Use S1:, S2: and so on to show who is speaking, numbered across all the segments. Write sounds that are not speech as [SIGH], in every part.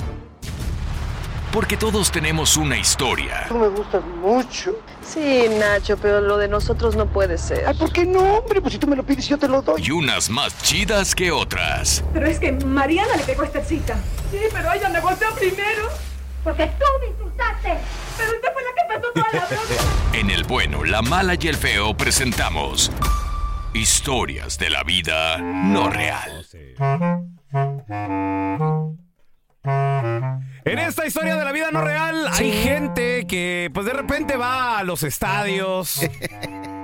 S1: Porque todos tenemos una historia.
S2: Tú me gustas mucho.
S3: Sí, Nacho, pero lo de nosotros no puede ser.
S2: Ay, ¿por qué no, hombre? Pues si tú me lo pides, yo te lo doy.
S1: Y unas más chidas que otras.
S4: Pero es que Mariana le pegó esta cita. Sí, pero ella me golpeó primero. Porque tú me insultaste. Pero usted fue la que pasó toda la broma.
S1: En el bueno, la mala y el feo presentamos historias de la vida no real.
S5: En esta historia de la vida no real hay gente que pues de repente va a los estadios.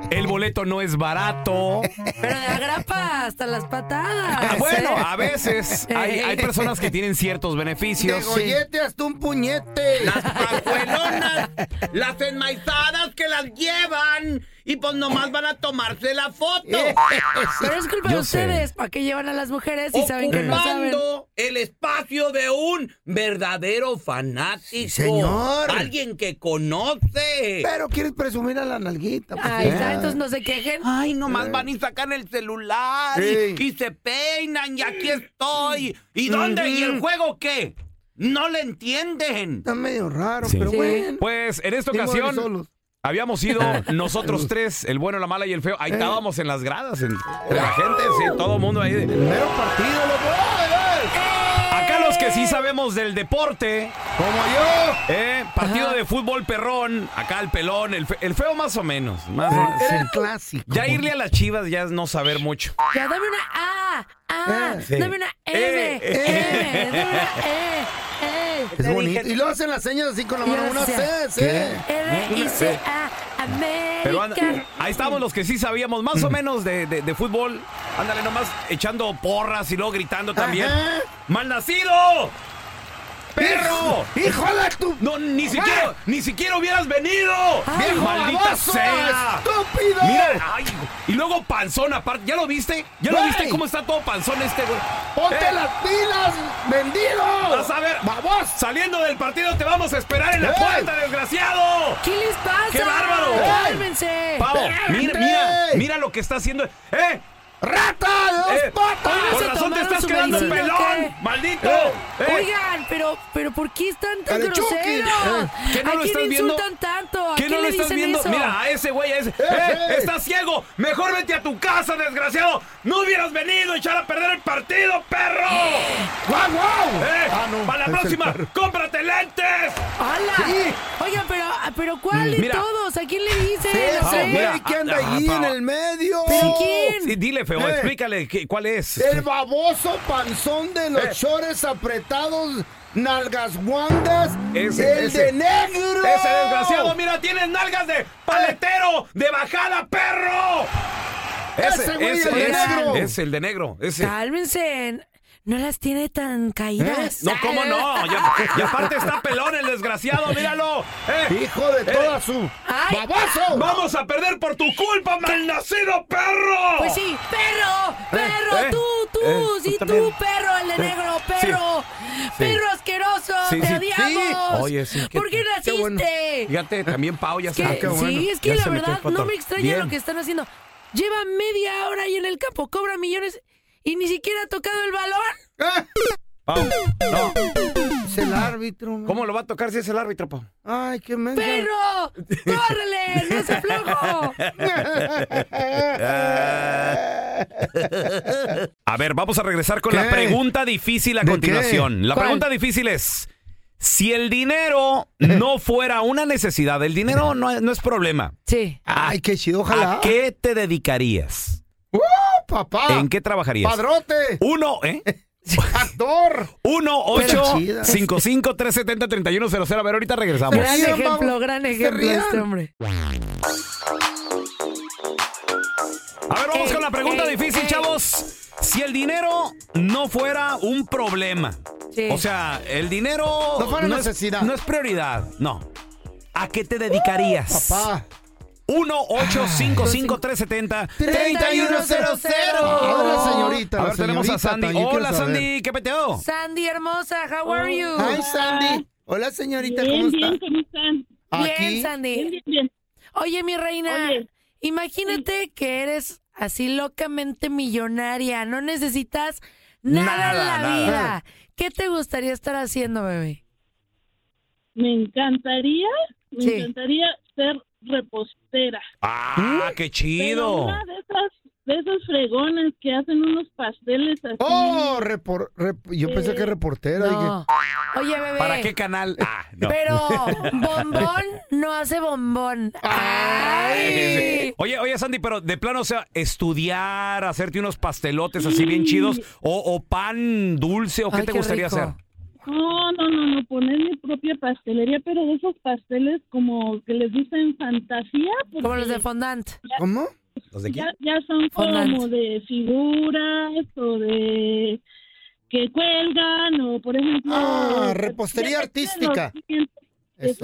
S5: El boleto no es barato.
S6: Pero de agrapa hasta las patadas.
S5: Ah, bueno,
S6: ¿eh?
S5: a veces hay, hay personas que tienen ciertos
S7: De
S5: beneficios.
S7: gollete hasta un puñete.
S8: Las pajuelonas, las enmaizadas que las llevan y pues nomás van a tomarse la foto.
S6: Pero es culpa de
S5: Yo sé.
S6: ustedes. ¿Para qué llevan a las mujeres y saben que no saben?
S8: Ocupando el espacio de un verdadero fanático.
S7: señor.
S8: Alguien que conoce.
S7: Pero quieres presumir a la nalguita. pues,
S6: Ahí
S7: ¿eh?
S6: está, entonces no se quejen.
S5: Ah,
S8: Ay,
S5: Eh.
S8: nomás van y sacan el celular
S7: Sí.
S8: y, y se peinan y aquí estoy. ¿Y dónde? ¿Y el juego qué? No le entienden.
S7: Está medio raro,
S5: Sí.
S7: pero
S6: Sí.
S7: bueno.
S5: Pues en esta
S7: Ni modo,
S5: ocasión
S7: solos.
S5: habíamos ido nosotros tres, el bueno, la mala y el feo. Ahí estábamos en las gradas, en- entre la gente, sí, todo el mundo ahí. de-
S7: Mero partido, loco. pues! ¡Ay, ay!
S5: Acá los que sí sabemos del deporte,
S7: Como yo.
S5: ¿eh? partido de fútbol perrón, acá el pelón, el, fe- el feo más o menos. más o menos.
S7: Era el clásico.
S5: Ya irle a las chivas ya es no saber mucho.
S6: Ya dame una A, A,
S7: Ah, sí.
S6: dame una M,
S5: Eh,
S6: M, dame una E, E,
S7: Es bonito. Y lo hacen las señas así con la mano.
S6: Ya
S7: Una
S6: sé.
S7: C, C.
S6: R, I, C, A, América.
S5: Pero anda- ahí estábamos los que sí sabíamos más o menos de, de- de fútbol. Ándale nomás echando porras y luego gritando también.
S7: Ajá.
S5: ¡Malnacido! ¡Perro!
S7: ¡Híjole tú!
S5: No, ni siquiera, ni siquiera hubieras venido.
S7: ¡Viejo
S5: ¡Maldita
S7: Ah. baboso,
S5: sea!
S7: ¡Estúpido!
S5: Mira, ay, y luego panzón aparte. ¿Ya lo viste? ¿Ya lo
S7: Güey.
S5: viste cómo está todo panzón este güey?
S7: ¡Ponte
S5: Eh,
S7: las pilas, vendido!
S5: Vas a ver,
S7: ¡Babos!
S5: saliendo del partido te vamos a esperar en la
S7: Ey.
S5: puerta, desgraciado.
S6: ¿Qué les pasa?
S5: ¡Qué bárbaro!
S6: ¡Cálmense!
S5: Pavo, mira, mira,
S7: ¡Ey!
S5: mira lo que está haciendo. ¡Eh!
S7: ¡Rata de dos
S5: Eh,
S7: patas!
S6: ¿no
S5: Con
S6: se
S5: razón te
S6: tomaron
S5: estás
S6: su
S5: quedando
S6: medicina o
S5: pelón,
S6: qué?
S5: maldito. Eh,
S6: Oigan, pero, pero ¿por qué están tan
S7: Pero, Chucky,
S6: groseros?
S7: eh,
S5: ¿qué no
S6: ¿A
S5: lo
S6: quién
S5: estás viendo?
S6: insultan tanto? ¿A
S5: ¿Qué
S6: quién
S5: no lo
S6: le
S5: estás
S6: dicen
S5: viendo?
S6: eso?
S5: Mira, a ese güey, a ese. ¡Eh!
S7: eh.
S5: ¡Estás ciego! ¡Mejor vete a tu casa, desgraciado! ¡No hubieras venido a echar a perder el partido, perro!
S7: ¡Guau, guau!
S5: ¡Eh!
S7: Ah, no,
S5: ¡Para
S7: es
S5: la
S7: el
S5: próxima!
S7: perro.
S5: ¡Cómprate lentes!
S6: ¡Hala! Oigan, pero, pero ¿cuál de
S5: Mira.
S6: todos? ¿A quién le dicen?
S7: ¡Ese
S6: No sé.
S7: güey
S5: mira,
S7: que anda
S5: ah, ah,
S7: allí en
S5: pa-
S7: el medio!
S6: ¿Pero quién?
S5: Sí, dile, feo,
S7: Eh.
S5: explícale qué- cuál es.
S7: El baboso panzón de los
S5: Eh.
S7: chores apretados, nalgas guandas,
S5: Ese,
S7: el
S5: ese.
S7: de negro.
S5: Ese Eh. desgraciado, mira, tiene nalgas de paletero, de bajada, perro. Ese,
S7: Ese güey,
S5: ese,
S7: el de
S5: ese,
S7: negro.
S5: ese, el de negro. Ese.
S6: Cálmense. No las tiene tan
S5: ¿Eh?
S6: caídas.
S5: No, ¿cómo no? Ya- y aparte está pelón el desgraciado, míralo. Eh,
S7: Hijo de toda su...
S6: Ay.
S7: ¡Baboso!
S5: ¡Vamos a perder por tu culpa, malnacido perro!
S6: Pues sí, perro, perro,
S5: eh,
S6: tú, tú,
S5: eh, tú
S6: sí, tú,
S5: también. Eh,
S6: perro, el de negro, perro, perro asqueroso,
S5: Sí,
S6: te
S5: sí.
S6: odiamos.
S5: Oye, sí.
S6: ¿Por qué naciste?
S5: bueno. Fíjate, también Pau ya
S6: Que-
S5: está.
S6: sí, es que
S5: Ya
S6: la
S5: se metió
S6: verdad
S5: el
S6: no
S5: cotor.
S6: me extraña
S5: Bien.
S6: lo que están haciendo. Lleva media hora ahí en el campo, cobra millones y ni siquiera ha tocado el balón.
S5: ¿Eh? Pau, no.
S7: Es el árbitro. man.
S5: ¿Cómo lo va a tocar si es el árbitro, Pau?
S7: Ay, qué mensa.
S5: [LAUGHS]
S6: ¡Perro! ¡Córrele! ¡No se flojo! Eh.
S5: A ver, vamos a regresar con la
S7: ¿Qué?
S5: pregunta difícil a
S7: ¿De
S5: continuación.
S7: qué?
S5: La
S7: ¿Cuál?
S5: pregunta difícil es, si el dinero no fuera una necesidad, el dinero no, es- no es problema,
S6: Sí.
S7: Ay, qué chido, ojalá.
S5: ¿a qué te dedicarías?
S7: ¡Uh, papá!
S6: Ah,
S5: ¿En qué trabajarías?
S7: ¡Padrote!
S5: Uno, ¿eh?
S7: ¡Actor!
S5: 1 8
S7: Pero chida.
S5: 55 370 3100 A ver, ahorita regresamos.
S6: Gran
S7: rían,
S6: ejemplo,
S7: vamos,
S6: gran
S7: que se
S6: ejemplo
S7: rían.
S6: este hombre.
S5: A ver, vamos
S6: Ey,
S5: con la pregunta
S6: ey,
S5: difícil,
S6: ey.
S5: chavos. Si el dinero no fuera un problema,
S6: Sí.
S5: o sea, el dinero
S7: No fuera necesidad.
S5: Es, no es prioridad, no. ¿A qué te dedicarías?
S7: Ah, ¡Papá!
S5: 1 855 370
S7: Hola, señorita.
S5: A ver,
S7: la
S5: tenemos a
S7: señorita,
S5: Sandy.
S7: Toño, quiero
S5: Hola,
S7: saber. ¿Mm?
S5: Sandy. ¿Qué peteo?
S6: Sandy hermosa, how are you?
S7: Ay, Sandy. Hola, señorita, ¿cómo
S9: Bien,
S7: está?
S9: bien, ¿cómo están?
S7: Aquí.
S6: Bien, Sandy.
S9: Bien, bien, bien.
S6: Oye, mi reina,
S9: Oye.
S6: imagínate que eres así locamente millonaria, no necesitas nada, en la
S5: Nada, nada.
S6: vida. ¿Qué te gustaría estar haciendo, bebé?
S9: Me encantaría, me
S6: Sí.
S9: encantaría ser repostera.
S5: Ah, qué
S9: Pero
S5: chido.
S9: una de esas, de esas fregonas que hacen unos pasteles así.
S7: Oh, repor- rep- yo pensé que reportera. dije,
S6: No. Oye, bebé.
S5: ¿Para qué canal? Ah, no.
S6: Pero bombón no hace bombón. Ay.
S5: Oye, oye, Sandy, pero de plano, o sea, estudiar, hacerte unos pastelotes así bien chidos, o, o pan dulce, o qué
S6: Ay,
S5: te
S6: qué
S5: gustaría
S6: rico.
S5: hacer.
S9: No, no, no, no, poner mi propia pastelería, pero de esos pasteles como que les dicen fantasía. porque
S6: Como los de fondant.
S7: ¿Cómo?
S5: ¿Los de
S9: ya, ya son
S6: Fondant.
S9: como de figuras o de que cuelgan o por ejemplo
S7: Ah, repostería
S9: ya- ya-
S7: artística. Eso.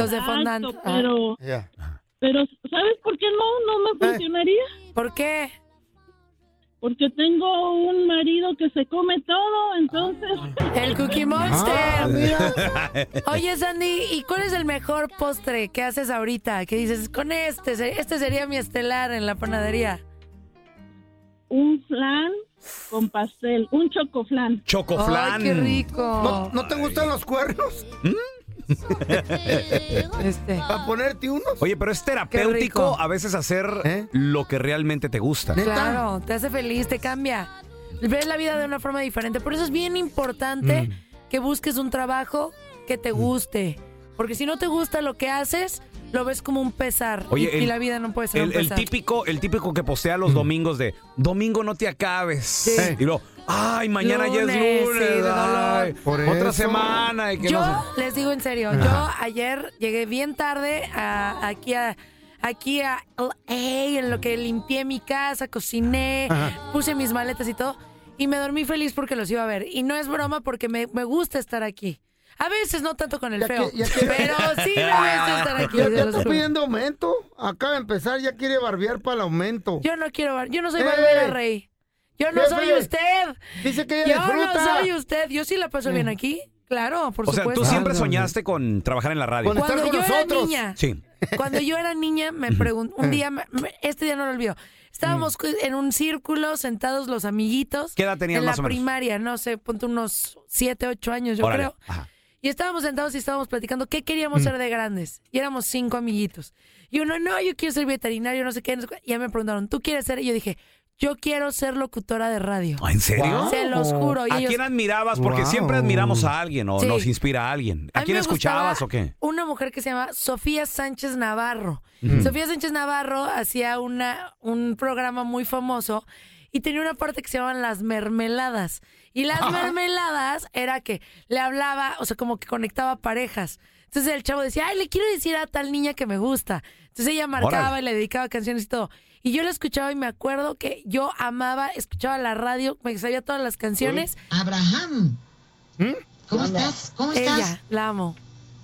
S6: Los de
S9: Exacto,
S6: fondant. Ah.
S9: pero
S7: Ya.
S9: Pero, ¿sabes por qué no? No me
S7: Eh.
S9: funcionaría.
S6: ¿Por qué?
S9: Porque tengo un marido que se come todo, entonces.
S6: El Cookie Monster.
S7: Ah,
S5: [LAUGHS]
S7: mira.
S6: Oye, Sandy, ¿y cuál es el mejor postre que haces ahorita? Que dices, con este, se- este sería mi estelar en la panadería.
S9: Un flan con pastel, un chocoflan.
S5: Chocoflan.
S6: Ay, qué rico.
S7: ¿No, no te gustan los cuernos?
S6: Este.
S7: ¿Para ponerte unos?
S5: Oye, pero es
S6: Qué
S5: terapéutico
S6: rico. ¿Eh?
S5: a veces hacer
S7: ¿Eh?
S5: lo que realmente te gusta.
S7: ¿Neta?
S6: Claro, te hace feliz, te cambia. Ves la vida de una forma diferente. Por eso es bien importante
S5: Mm.
S6: que busques un trabajo que te guste. Porque si no te gusta lo que haces, lo ves como un pesar.
S5: Oye,
S6: y, y
S5: el-
S6: la vida no puede ser un
S5: El, el
S6: pesar.
S5: típico, el típico que postea
S6: Mm.
S5: los domingos de domingo no te acabes. Y luego, ay, mañana ya
S6: Lunes,
S5: es
S6: sí,
S5: lunes.
S6: de dolor.
S5: ay,
S7: Por
S5: otra
S7: eso.
S5: semana. Y que
S6: Yo
S5: no sé.
S6: les digo en serio, yo ayer llegué bien tarde a- aquí a aquí a LA, en lo que limpié mi casa, cociné, puse mis maletas y todo, y me dormí feliz porque los iba a ver. Y no es broma porque me, me gusta estar aquí. A veces no tanto con el
S7: Ya
S6: feo,
S7: que- ya que- Ah,
S6: pero sí me gusta estar aquí.
S7: Ya
S6: se
S7: te
S6: los
S7: está
S6: juro.
S7: pidiendo aumento. Acaba de empezar, ya quiere barbear para el aumento.
S6: Yo no quiero, bar- yo no soy
S7: Eh.
S6: Barbera Rey. Yo no
S7: Jefe.
S6: soy usted.
S7: Dice que ella
S6: Yo no
S7: disfruta. Mm.
S6: soy usted. Yo sí la paso bien aquí. Claro, por
S5: O sea,
S6: supuesto.
S5: tú siempre
S7: Ah, no,
S5: soñaste con trabajar en la radio.
S7: Con estar
S6: Cuando
S7: con
S6: yo era
S7: nosotros.
S6: niña,
S5: Sí.
S6: Cuando yo era niña, me preguntó,
S5: Ah.
S6: un día, me- me- este día no lo olvido, estábamos cu- en un círculo, sentados los amiguitos.
S5: Mm. ¿Qué edad tenías
S6: En
S5: más o
S6: la
S5: menos?
S6: primaria, no sé, ponte unos 7, 8 años, yo
S5: Órale. Mm.
S6: creo.
S5: Ajá.
S6: Y estábamos sentados y estábamos platicando qué queríamos ser de grandes. Y éramos cinco amiguitos. Y uno, no, yo quiero ser veterinario, no sé qué. no sé cuál. Y ya me preguntaron, ¿tú quieres ser? Y yo dije, yo quiero ser locutora de radio.
S5: ¿En serio?
S7: Wow.
S6: Se los juro. Y
S5: ¿A
S6: ellos,
S5: quién admirabas? Porque
S7: Wow.
S5: siempre admiramos a alguien o
S6: Sí.
S5: nos inspira a alguien. ¿A,
S6: mí
S5: quién
S6: me
S5: escuchabas
S6: gustaba
S5: o qué?
S6: Una mujer que se llama Sofía Sánchez Navarro. Sofía Sánchez Navarro hacía una, un programa muy famoso y tenía una parte que se llamaban las mermeladas.
S5: Ah.
S6: Y las mermeladas era que le hablaba, o sea, como que conectaba parejas. Entonces el chavo decía, ay, le quiero decir a tal niña que me gusta. Entonces ella marcaba
S10: Órale.
S6: y le dedicaba canciones y todo. Y yo la escuchaba y me acuerdo que yo amaba, escuchaba la radio, me sabía todas las canciones. Abraham.
S11: ¿Cómo estás? ¿Cómo
S6: Ella,
S11: estás?
S6: la amo.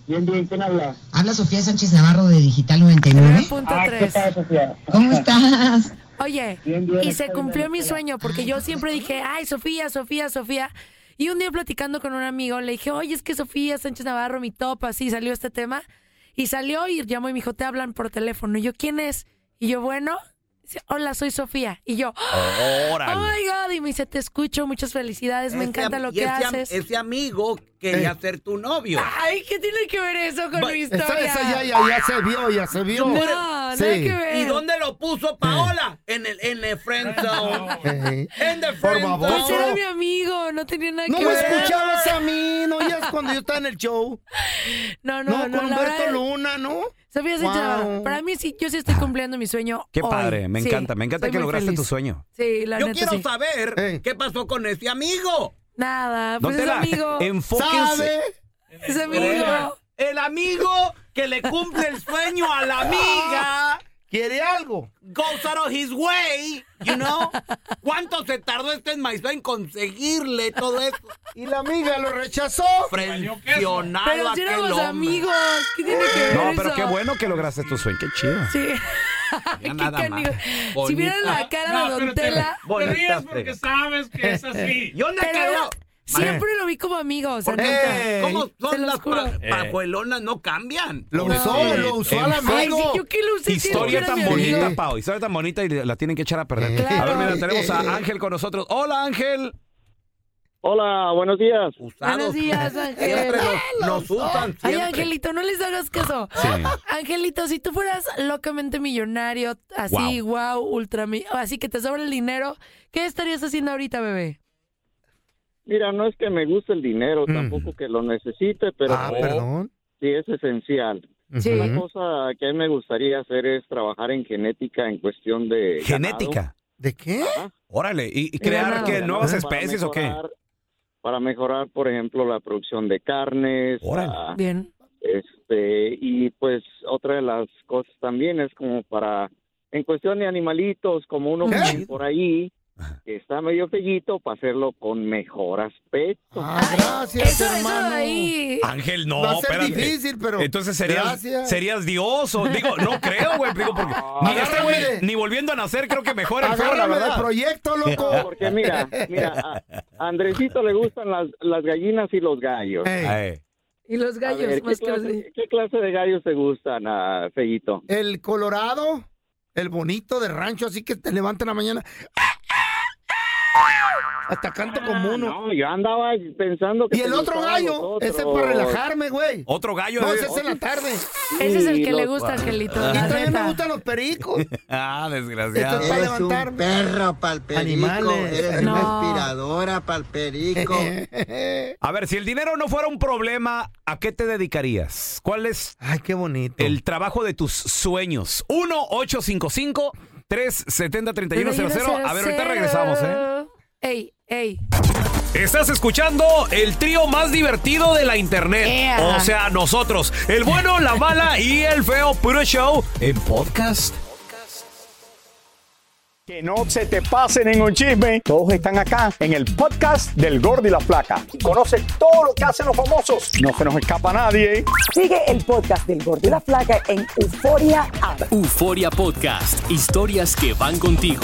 S11: Bien, bien, ¿quién habla? Habla Sofía Sánchez Navarro de Digital 99.
S6: 9.3. Ah, ¿qué tal,
S11: Sofía? ¿Cómo estás?
S6: Oye,
S11: Bien, bien,
S6: y se
S11: estoy
S6: cumplió
S11: bien,
S6: mi
S11: espera.
S6: sueño porque yo siempre dije, ay, Sofía, Sofía, Sofía. Y un día platicando con un amigo le dije, oye, es que Sofía Sánchez Navarro, mi top, así salió este tema. Y salió y llamó y me dijo, te hablan por teléfono. Y yo, ¿quién es? Y yo, bueno, dice, hola, soy Sofía. Y yo, oh
S12: Órale.
S6: my God. Y me dice, te escucho, muchas felicidades, me
S12: Ese
S6: encanta
S12: am-
S6: lo
S12: y
S6: que
S12: ese am-
S6: haces.
S12: Ese amigo quería ser tu novio.
S6: Ay, ¿qué tiene que ver eso con
S12: Va-
S6: mi
S12: Esa-
S6: historia?
S7: esa ya- ya- ya se vio, ya se vio.
S6: No,
S7: Sí.
S6: nada que ver.
S9: Eh.
S12: ¿Y dónde lo puso Paola? En el, en el friend zone. En the
S7: Por
S12: friend
S7: favor.
S12: zone.
S6: Pues Era mi amigo, no tenía nada
S7: No
S6: que
S7: me
S6: ver.
S7: escuchabas a mí, no oías cuando yo estaba en el show.
S6: [LAUGHS] No,
S7: No,
S6: no, no.
S7: con
S6: la
S7: Humberto
S6: verdad-
S7: Luna, ¿no?
S6: Sofía
S7: Wow.
S6: Sánchez Navarro. Para mí sí, yo sí estoy cumpliendo mi sueño.
S5: Qué
S6: hoy.
S5: padre, me
S6: Sí,
S5: encanta, me encanta
S6: estoy
S5: que
S6: muy
S5: lograste
S6: feliz.
S5: tu sueño.
S6: Sí, la
S12: Yo
S6: neta,
S12: quiero
S6: sí.
S12: saber qué pasó con ese
S5: este
S12: amigo.
S6: Nada, pues
S12: te
S6: es
S12: la-
S6: amigo.
S5: [LAUGHS] enfóquense. ¿Sabe?
S6: Es amigo.
S12: El amigo que le cumple el sueño a la amiga.
S7: ¿Quiere algo?
S12: Goes out of his way, you know. ¿Cuánto se tardó este maizón en conseguirle todo eso?
S7: Y la amiga lo rechazó.
S12: Frencionado
S6: Pero si
S12: aquel
S6: éramos
S12: hombre.
S6: amigos, ¿qué tiene que ver
S5: No,
S6: eso?
S5: pero qué bueno que lograste tu sueño, qué chido.
S12: [LAUGHS]
S6: Sí. Qué canijo. Si vieran la cara de Don Tela.
S12: ríes porque
S13: sabes que es así.
S12: Yo no
S6: Pero
S12: creo.
S6: Siempre lo vi como amigo, o sea,
S12: Porque
S5: Eh.
S6: nunca.
S12: ¿Cómo
S6: eh, Se
S12: son
S6: los
S12: las
S6: juro.
S7: Eh.
S12: pa- pajuelonas? No cambian.
S5: Lo usó, lo usó al amigo.
S6: Ay, sí, yo qué lucí,
S5: Historia
S6: sí,
S5: tan
S6: era mi amigo.
S5: bonita, Pau. Historia tan bonita y la tienen que echar a perder.
S6: Eh. Claro.
S5: A ver, mira, tenemos a Ángel con nosotros. Hola, Ángel.
S14: Hola, buenos días.
S6: Buenos días,
S12: [LAUGHS]
S6: Ángel.
S12: Siempre nos, nos usan.
S6: Ay,
S12: siempre.
S6: Angelito, no les hagas caso.
S12: Sí.
S6: Angelito, si tú fueras locamente millonario, así, wow, ultra, mi- así que te sobra el dinero, ¿qué estarías haciendo ahorita, bebé?
S14: Mira, no es que me guste el dinero,
S7: Mm.
S14: tampoco que lo necesite, pero
S7: Ah,
S14: pues, sí es esencial.
S7: Sí.
S14: Una cosa que a mí me gustaría hacer es trabajar en genética en cuestión de...
S5: Genética.
S7: ¿De qué?
S5: Órale, ¿y, y crear que nuevas especies o qué?
S14: Para mejorar, por ejemplo, la producción de carnes. ah,
S6: Bien.
S14: Este, y pues otra de las cosas también es como para, en cuestión de animalitos, como uno que hay por ahí, que está medio fellito, para hacerlo con mejor aspecto.
S5: Ah.
S7: Ah, Gracias,
S6: eso
S7: hermano.
S6: ahí.
S5: Ángel, no,
S7: Va a ser
S5: espérate.
S7: difícil, pero
S5: Entonces serías,
S7: gracias.
S5: serías Dios o
S7: [LAUGHS]
S5: digo, no creo, güey, digo porque ni, este güey, ni volviendo a nacer creo que mejor el feo, la
S7: Agárrame
S5: verdad.
S7: del proyecto, loco.
S5: [LAUGHS]
S14: Porque mira, mira, a, a Andresito le gustan las, las gallinas y los gallos.
S5: Eh,
S6: Y los
S14: A
S6: gallos,
S14: ver, ¿qué,
S6: más que los
S14: clase, qué clase de gallos te gustan, ah, Fellito?
S7: El Colorado, el bonito de rancho, así que te levanta en la mañana. Hasta canto como uno.
S14: Ah, No, yo andaba pensando
S7: Ah,
S14: que
S7: Y
S14: te
S7: el otro
S14: gustaban
S7: gallo,
S14: los
S7: ese es
S14: otros.
S7: para relajarme, güey.
S5: Otro gallo.
S7: No,
S5: de-
S7: ese es en la tarde.
S6: Ese es el que le gusta, Angelito.
S7: Y
S6: la
S7: también me
S6: neta.
S7: gustan los [LAUGHS] pericos.
S5: Ah,
S7: Esto
S5: desgraciado.
S7: es para levantarme.
S15: Perro pal perico,
S7: Animales.
S15: eres
S7: No.
S15: una aspiradora pal perico.
S5: A ver, si el dinero no fuera un problema, ¿a qué te dedicarías? ¿Cuál es
S7: Ay, qué bonito.
S5: el trabajo de tus sueños? 1-855 370 3100. A ver, ahorita regresamos, ¿eh?
S6: Ey, ey.
S5: Estás escuchando el trío más divertido de la internet.
S6: Ea.
S5: O sea, nosotros, el bueno, la mala y el feo puro show en podcast.
S1: Que no se te pase ningún chisme. Todos están acá en el podcast del Gordi y la Flaca. Y conoce todo lo que hacen los famosos. No se nos escapa nadie. Sigue el podcast del Gordi y la Flaca en Euforia
S16: Euforia Podcast, historias que van contigo.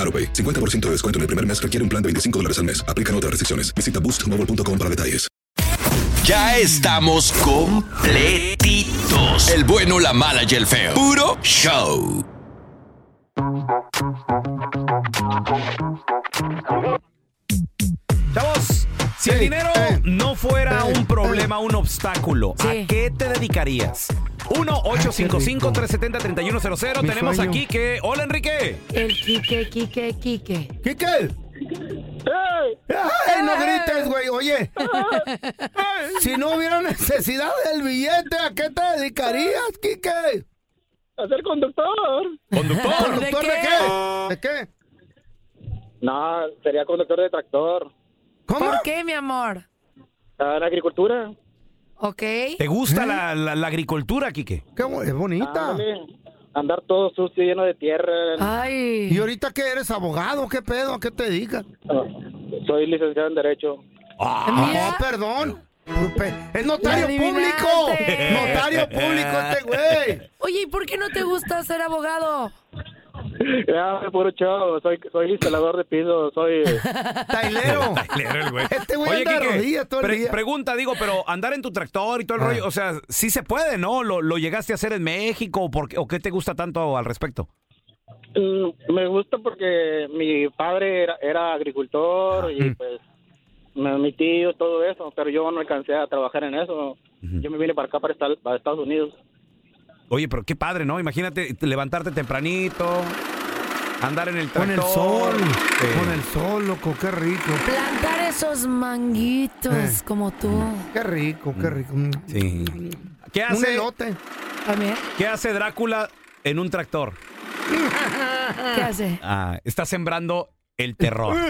S17: AroPay. 50% de descuento en el primer mes requiere un plan de 25 dólares al mes. Aplican otras restricciones. Visita boostmobile.com para detalles.
S1: Ya estamos completitos. El bueno, la mala y el feo. Puro show.
S5: Chavos, si el dinero no fuera un problema, un obstáculo, ¿a qué te dedicarías? 1-855-370-3100.
S6: Mi
S5: Tenemos
S6: sueño.
S5: aquí que. Hola, Enrique.
S6: El Quique, Quique, Quique.
S7: ¿Quique?
S6: Eh.
S7: ¡Ay, no grites, güey! Oye, si no hubiera necesidad del billete, ¿a qué te dedicarías, Quique? A ser conductor.
S5: ¿Conductor?
S7: ¿Conductor de qué? ¿De qué?
S14: No, sería conductor de tractor.
S6: ¿Por qué, mi amor?
S14: Ah, en agricultura.
S6: ¿Ok?
S5: ¿Te gusta
S7: ¿Eh?
S5: la, la- la agricultura, Quique?
S7: es bonita. Ah.
S14: Andar todo sucio, lleno de tierra.
S6: Ay.
S7: ¿Y ahorita que eres abogado? ¿Qué pedo? ¿A qué te dedicas?
S14: Oh, Soy licenciado en Derecho.
S5: [LAUGHS]
S7: Ah, perdón. Pe- Es notario público. Notario público este güey.
S6: Oye, ¿y por qué no te gusta ser abogado?
S14: Ya, puro chavo. Soy, soy instalador de piso. Soy.
S5: [LAUGHS] Tailero el güey.
S7: Este güey anda de rodillas todo el día. Ah.
S5: Pregunta, digo, pero andar en tu tractor y todo el rollo, o sea, sí se puede, ¿no? ¿Lo, lo llegaste a hacer en México? ¿Por qué- ¿O qué te gusta tanto al respecto?
S14: Mm, Me gusta porque mi padre era, era agricultor y pues me- mi tío, todo eso. Pero yo no alcancé a trabajar en eso. Yo me vine para acá, para, estar- para Estados Unidos.
S5: Oye, pero qué padre, ¿no? Imagínate levantarte tempranito, andar en el
S7: Con
S5: tractor.
S7: el sol.
S5: Sí.
S7: Con el sol, loco. Qué rico.
S6: Plantar esos manguitos
S7: Eh.
S6: como tú.
S7: Qué rico, qué rico.
S5: Sí. ¿Qué
S7: Un
S5: hace,
S7: elote.
S6: También.
S5: ¿Qué hace Drácula en un tractor?
S6: ¿Qué hace?
S5: Ah, está sembrando el terror.
S7: [LAUGHS]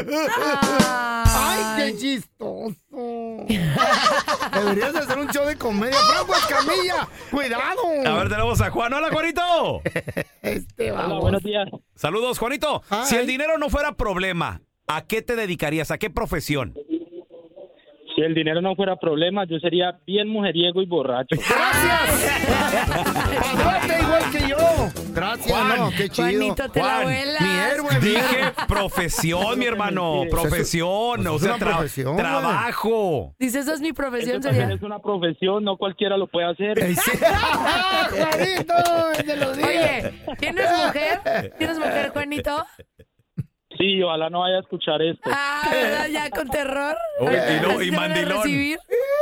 S7: ¡Ay, qué chistoso! [LAUGHS] Deberías de hacer un show de comedia. ¡Franco Escamilla! ¡Cuidado!
S5: A ver, tenemos a Juan. Hola, Juanito.
S7: Este vamos.
S5: días. Saludos, Juanito. Si el dinero no fuera problema, ¿a qué te dedicarías? ¿A qué profesión?
S18: Si el dinero no fuera problema, yo sería bien mujeriego y
S7: [LAUGHS]
S18: borracho.
S7: Padrote, igual que yo! Gracias, no, qué chido.
S6: Juanito, te la vuelas.
S7: Mi héroe, mi
S5: Dije
S7: héroe.
S5: profesión, mi hermano.
S7: Sí.
S5: Profesión.
S7: Pues es
S5: o sea,
S7: una
S5: tra-
S7: profesión, güey.
S5: trabajo.
S6: Dice, esa es mi profesión,
S18: Eso
S14: Este
S6: sería.
S18: también es una profesión, no cualquiera lo puede hacer.
S7: Ah, Juanito, te lo digo.
S6: Oye, ¿tienes mujer? ¿Tienes mujer, Juanito?
S18: Sí, ojalá no vaya a escuchar esto.
S6: Ah, ¿verdad? Ya con terror.
S5: Uy, y, no-
S6: Así
S5: y
S6: te van a
S5: mandilón.
S6: recibir.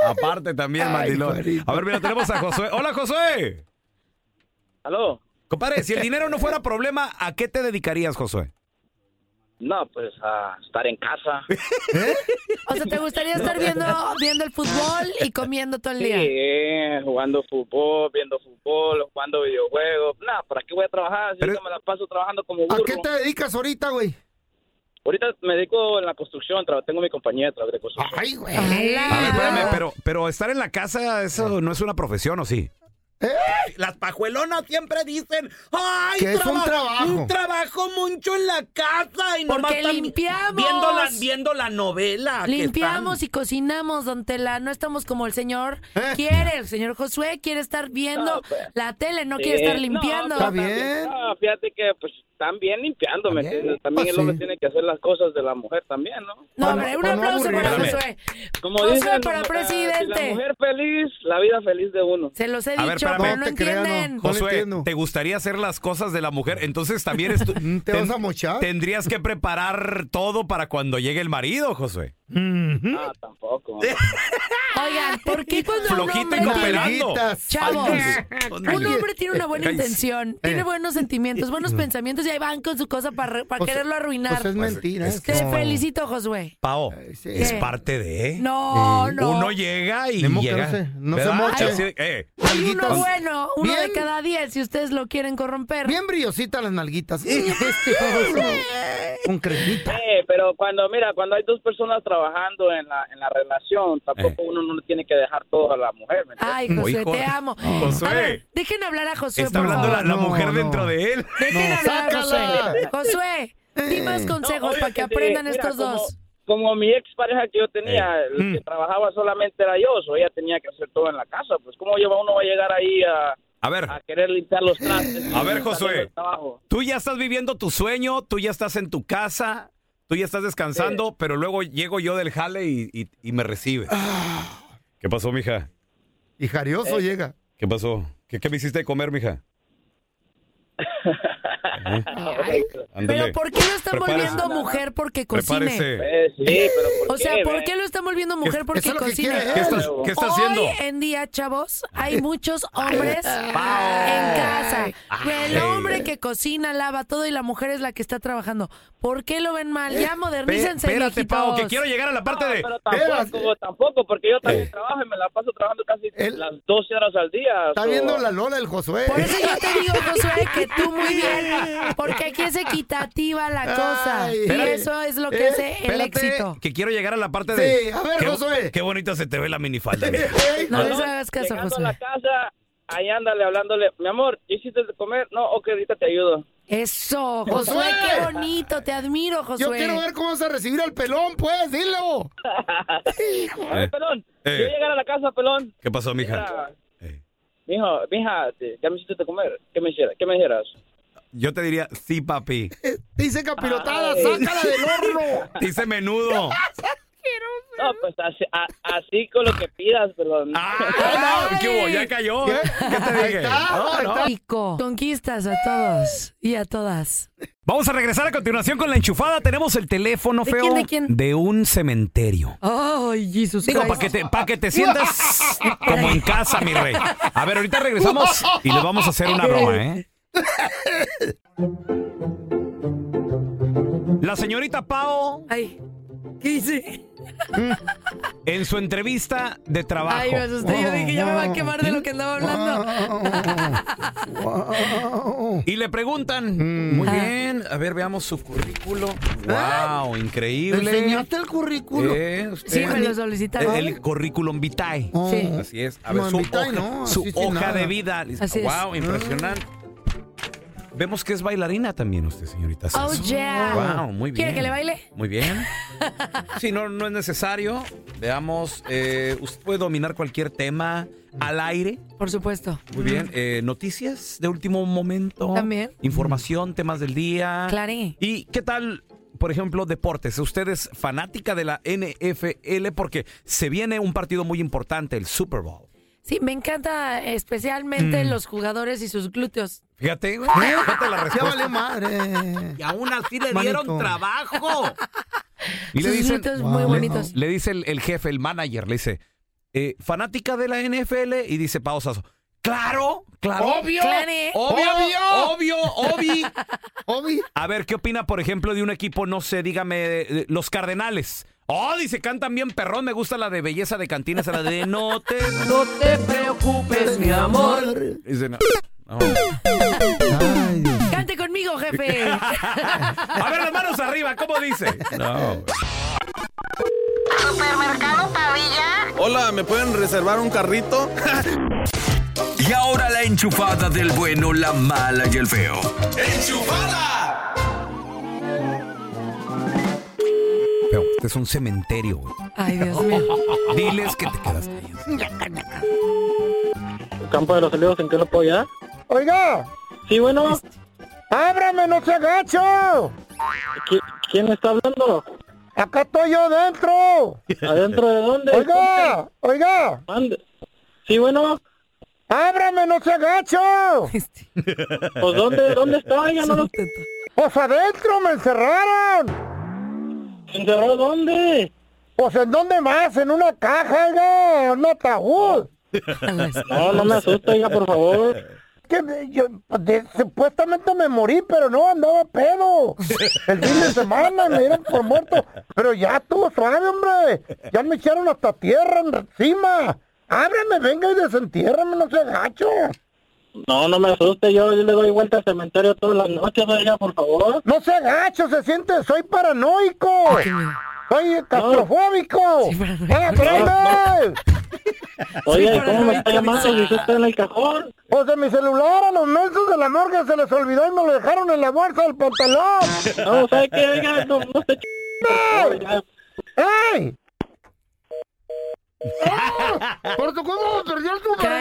S5: Aparte también, mandilón. A ver, mira, tenemos a Josué. Hola, Josué.
S14: Aló.
S7: [LAUGHS]
S5: Compadre, si el dinero no fuera problema, ¿a qué te dedicarías, Josué?
S14: No, pues a estar en casa.
S6: O sea, ¿te gustaría estar viendo, viendo el fútbol y comiendo todo el
S14: Sí,
S6: día?
S14: eh, jugando fútbol, viendo fútbol, jugando videojuegos. Nah, ¿para qué voy a trabajar? Si ahorita me la paso trabajando como burro.
S7: ¿A qué te dedicas ahorita, güey?
S14: Ahorita me dedico en la construcción, tra- tengo mi compañía de trabajo de construcción.
S7: ¡Ay, güey!
S5: A ver, espérame, pero, pero estar en la casa, eso no es una profesión, ¿o sí?
S7: ¿Eh?
S8: Las pajuelonas siempre dicen, ¡ay,
S5: Que es un trabajo.
S8: Un trabajo mucho en la casa! Y nomás
S6: Porque
S8: están
S6: limpiamos.
S8: Viendo la, viendo la novela. que
S6: Limpiamos
S8: están.
S6: y cocinamos, don Tela. No estamos como el señor quiere. El señor Josué quiere estar viendo la tele, no quiere
S14: Sí.
S6: estar limpiando.
S14: pero también, ah, fíjate que pues están bien limpiando, ¿me entiendes? También
S7: Ah,
S14: el
S7: sí.
S14: hombre tiene que hacer las cosas de la mujer también, ¿no?
S6: Pues No, hombre, un aplauso para Josué.
S14: Como
S6: Josué
S14: dicen,
S6: para
S14: la- Si la
S6: presidente.
S14: mujer feliz, la vida feliz de uno.
S6: Se los he
S5: A ver,
S6: dicho,
S5: espérame.
S6: pero no entienden.
S5: Josué, ¿te gustaría hacer las cosas de la mujer? Entonces también es
S7: [LAUGHS]
S5: tu-
S7: Mm, ¿Te
S5: ten-
S7: vas a mochar?
S5: tendrías que preparar todo para cuando llegue el marido, Josué.
S6: ¿Mm?
S14: Ah, tampoco.
S6: Oigan, ¿por qué cuando un
S5: Flojito
S6: hombre...
S5: y cooperando.
S6: Chavos,
S7: pues,
S6: un
S5: Ándale.
S6: hombre tiene una buena
S5: Cállese.
S6: intención,
S5: Eh.
S6: tiene buenos sentimientos, buenos pensamientos y ahí van con su cosa para, para
S7: Pues-
S6: quererlo arruinar.
S7: pues es mentira
S6: Te
S7: esto.
S6: felicito, Josué.
S5: Pao,
S7: Eh,
S6: sí.
S5: es
S6: ¿Qué?
S5: parte de...
S6: No,
S5: Sí.
S6: no.
S5: Uno llega y
S7: Ni modo que
S5: llega.
S7: no se- no se
S5: ¿verdad?
S7: moche.
S5: Así de- eh,
S7: nalguitas.
S6: uno bueno, uno
S7: Bien-
S6: de cada diez, si ustedes lo quieren corromper.
S7: Bien brillositas las nalguitas. Este, Un cremita.
S19: Sí, pero cuando, mira, cuando hay dos personas trabajando en la, en la relación, tampoco
S5: Eh.
S19: uno no le tiene que dejar todo a la mujer. ¿me entiendes?
S6: Ay, Josué, te amo.
S19: Josué.
S6: A ver, dejen hablar a Josué,
S19: Está
S6: por
S19: hablando
S6: favor.
S19: la- la mujer
S6: No,
S19: dentro de él.
S6: Dejen
S19: No,
S6: hablar a Josué.
S19: sácasela.
S6: Josué, di más
S19: No,
S6: consejos
S19: obvio
S6: para que
S19: que sí.
S6: aprendan
S19: Mira,
S6: estos
S19: como-
S6: dos.
S19: Como mi ex pareja que yo tenía,
S6: Eh.
S19: el que
S5: Mm.
S19: trabajaba solamente era yo, so ella tenía que hacer todo en la casa. Pues, ¿cómo lleva uno va a llegar ahí a,
S5: A ver.
S19: a querer limpiar los trastes?
S5: A ver,
S19: Hacer
S5: Josué.
S19: el trabajo?
S5: Tú ya estás viviendo tu sueño, tú ya estás en tu casa, tú ya estás descansando,
S6: Eh.
S5: pero luego llego yo del jale y, y- y me recibes.
S7: Ah.
S5: ¿Qué pasó, mija?
S7: Y jarioso llega.
S5: ¿Qué pasó? ¿Qué, qué me hiciste de comer, mija? ¿Eh?
S19: Ah,
S5: Ándale.
S6: Pero ¿por qué lo están
S5: Prepárese.
S6: volviendo mujer porque cocine?
S5: Prepárese.
S19: pues,
S6: [LAUGHS] O sea, ¿por qué lo están volviendo mujer
S5: ¿Qué-
S6: porque
S5: eso es lo que
S6: cocina?
S5: quiere él? ¿Qué estás- qué estás haciendo?
S6: Hoy en día, chavos, hay muchos hombres en casa. El hombre que cocina, lava todo y la mujer es la que está trabajando. ¿Por qué lo ven mal? Ya modernícense,
S5: Espérate, Pau, que
S6: viejitos.
S5: quiero llegar a la parte de...
S19: Ah,
S5: Eh.
S19: Tampoco, tampoco, porque yo también trabajo y me la paso trabajando casi las 12 horas al día.
S7: Está
S19: so-
S7: viendo la Lola del Josué. Por
S6: eso yo te digo, Josué, que tú muy bien, porque aquí es equitativa la cosa.
S7: Ay,
S6: y
S7: espérate.
S6: eso es lo que
S7: Eh,
S6: hace el
S7: espérate.
S6: éxito.
S5: Que quiero llegar a la parte de...
S7: Sí, a ver,
S5: qué,
S7: Josué.
S5: Qué bonita se te ve la minifalda. mija.
S7: [LAUGHS]
S6: No
S5: Ah,
S6: les hagas caso,
S19: Llegando
S6: Josué.
S19: a la casa, ahí ándale hablándole, mi amor, ¿qué hiciste de comer? No, ok, ahorita te ayudo.
S6: Eso, Josué,
S7: Josué.
S6: qué bonito, te admiro, Josué.
S7: [LAUGHS] Yo quiero ver cómo vas a recibir al pelón, pues, dilo.
S19: Oye, pelón,
S5: Eh.
S19: yo llegar a la casa, pelón.
S5: ¿Qué pasó, mija?
S19: Mira, eh, mijo, mija, te- ¿qué me hiciste de comer? ¿Qué me hicieras? ¿Qué me dijeras?
S5: Yo te diría, sí, papi.
S7: Dice capirotada,
S19: Ay.
S7: sácala del horno.
S5: Dice
S7: [LAUGHS]
S5: menudo.
S19: No, pues así, a- así con lo que pidas, pelón.
S5: Ah, no, ¿qué hubo? Ya cayó, ¿eh? ¿Qué te dije? No, no.
S6: Rico. Conquistas a todos y a todas.
S5: Vamos a regresar a continuación con la enchufada. Tenemos el teléfono
S6: ¿De
S5: feo
S6: quién, de quién?
S5: de un cementerio.
S6: Ay, Jesús
S5: Digo, para que, te, pa' que
S7: [LAUGHS]
S5: te sientas como en casa, mi rey. A ver, ahorita regresamos y le vamos a hacer una broma,
S7: [LAUGHS]
S5: ¿eh? La señorita Pao.
S6: Ay, ¿qué hice?
S5: En su entrevista de trabajo.
S6: Ay, me asusté. Yo dije, ya me va a quemar de lo que andaba
S7: Ah.
S6: hablando.
S5: Y le
S7: Mm.
S5: preguntan, muy bien, a ver, veamos su currículo. Wow,
S7: ¿Le
S5: increíble.
S7: enseñaste el [LAUGHS] currículo?
S5: Eh, usted-
S6: Ah. Sí, me lo
S5: El,
S6: solicitaron.
S5: el currículum vitae.
S6: Sí.
S5: Así es. A ver,
S7: Oh. No,
S5: su
S7: vitae
S5: hoja,
S7: no,
S5: su
S7: así sin
S5: hoja
S7: nada.
S5: de vida.
S7: Así es.
S5: wow, impresionante.
S7: Ah.
S5: Vemos que es bailarina también usted, señorita.
S6: Oh,
S5: Sasso.
S6: yeah.
S5: Wow, muy bien.
S6: ¿Quiere que le baile?
S5: Muy
S6: [LAUGHS]
S5: bien. Si no, no es necesario. Veamos, eh, usted puede dominar cualquier tema al aire.
S6: Por supuesto.
S5: Muy bien. Eh, noticias de último momento.
S6: También.
S5: Información, temas del día.
S6: Claro.
S5: ¿Y qué tal, por ejemplo, deportes? ¿Usted es fanática de la NFL? Porque se viene un partido muy importante, el Super Bowl.
S6: Sí, me encanta especialmente
S5: Mm.
S6: los jugadores y sus glúteos.
S5: Fíjate, güey. Fíjate la respuesta.
S7: madre.
S5: [LAUGHS] Y aún así le
S6: dieron
S5: trabajo. Y
S6: Sus glúteos muy
S5: le-
S6: bonitos.
S5: Le, dice el, el jefe, el manager, le dice, eh, fanática de la NFL, y dice pausas. Claro, claro.
S7: Obvio.
S6: Claro.
S5: Obvio, obvio,
S7: Obvio.
S5: obvio.
S7: Obvio.
S5: A ver, ¿qué opina, por ejemplo, de un equipo, no sé, dígame, eh, los Cardenales? Oh, dice, cantan bien perrón, me gusta la de belleza de cantinas, la de no te... No te preocupes,
S6: mi amor.
S5: Dice, no. no.
S6: Cante conmigo, jefe.
S5: A ver, las manos arriba, ¿cómo dice? No.
S20: [LAUGHS] Supermercado Pavilla.
S21: Hola, ¿me pueden reservar un carrito?
S1: Y ahora la enchufada del bueno, la mala y el feo.
S5: Feo, este es un cementerio, güey.
S6: Ay, Dios mío.
S5: Diles que te quedas.
S14: Campo de los Olivos, ¿en qué lo puedo ayudar?
S15: Oiga.
S14: Sí, bueno.
S15: ¡Ábrame, no se agacho!
S14: ¿Quién está hablando?
S15: ¡Acá estoy yo dentro!
S14: [LAUGHS] ¿Adentro de dónde?
S15: ¡Oiga! ¡Oiga!
S14: Sí, bueno.
S15: ¡Ábrame, no se agacho!
S14: Pues, ¿dónde- dónde está? Ya no lo-
S15: Pues adentro me encerraron. ¿Se encerró dónde? Pues en dónde más, en una caja, oiga, en un ataúd.
S14: No, no me asusta, oiga, por favor. [LAUGHS]
S15: Que me- yo
S14: pues,
S15: de- supuestamente me morí, pero no andaba pedo. El fin de semana me dieron por muerto, pero ya estuvo suave, hombre. Ya me echaron hasta tierra encima.
S14: Ábreme, venga y desentiérrame, no sea gacho.
S15: No, no me asuste, yo, yo le doy vuelta al cementerio todas las noches, oiga, por favor.
S14: No sea gacho, se siente, soy paranoico. Soy castrofóbico. ¡Eh, prende!
S15: Oye, ¿cómo me está llamando si usted está en el cajón?
S14: Pues de mi celular a los mensos de la morgue se les olvidó y me lo dejaron en la bolsa del pantalón.
S15: No, ¿sabe qué? Oiga, no, no se ch...
S22: [LAUGHS]
S14: ¡Ey! ¡Por tu cómo me perdió el Super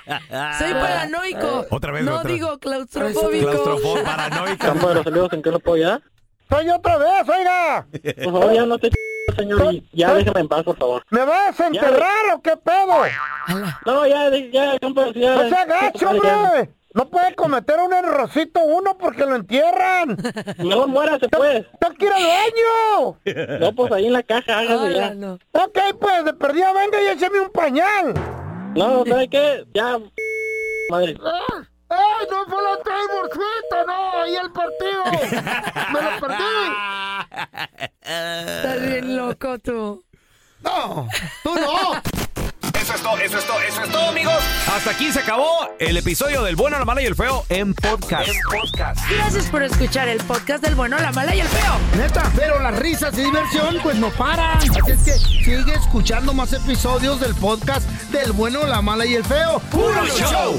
S22: [LAUGHS]
S14: Bowl!
S22: Soy paranoico.
S5: Otra vez,
S22: No
S5: otra vez.
S22: digo claustrofóbico.
S5: Claustrofo- paranoica.
S15: Campo de los Olivos, ¿en qué lo puedo ayudar?
S14: ¡Soy otra vez, oiga!
S15: Por favor, ya no te ch... señor, y ya déjame en paz, por favor.
S14: ¿Me vas a desenterrar o qué pedo?
S15: No, ya, de- ya, compa, ya.
S14: ¡No sea gacho, hombre! No puede cometer un errorcito uno porque lo entierran.
S15: Mejor muérase, pues.
S14: ¡Tengo que ir al baño!
S15: No, pues ahí en la caja, hágase ya.
S14: Ok, pues, de perdida, venga y écheme un pañal.
S15: No, ¿sabe qué? Ya, madre.
S14: ¡Ay, no fue la Taylor Swift! ¡No! ¡Ahí el partido! ¡Me lo perdí!
S22: Estás bien loco tú.
S7: ¡No! ¡Tú no!
S5: Eso es todo, eso es todo, eso es todo, amigos. Hasta aquí se acabó el episodio del bueno, la mala y el feo en podcast.
S22: Gracias por escuchar el podcast del bueno, la mala y el feo.
S7: Neta, pero las risas y diversión pues no paran. Así es que sigue escuchando más episodios del podcast del bueno, la mala y el feo. ¡Puro show!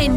S6: En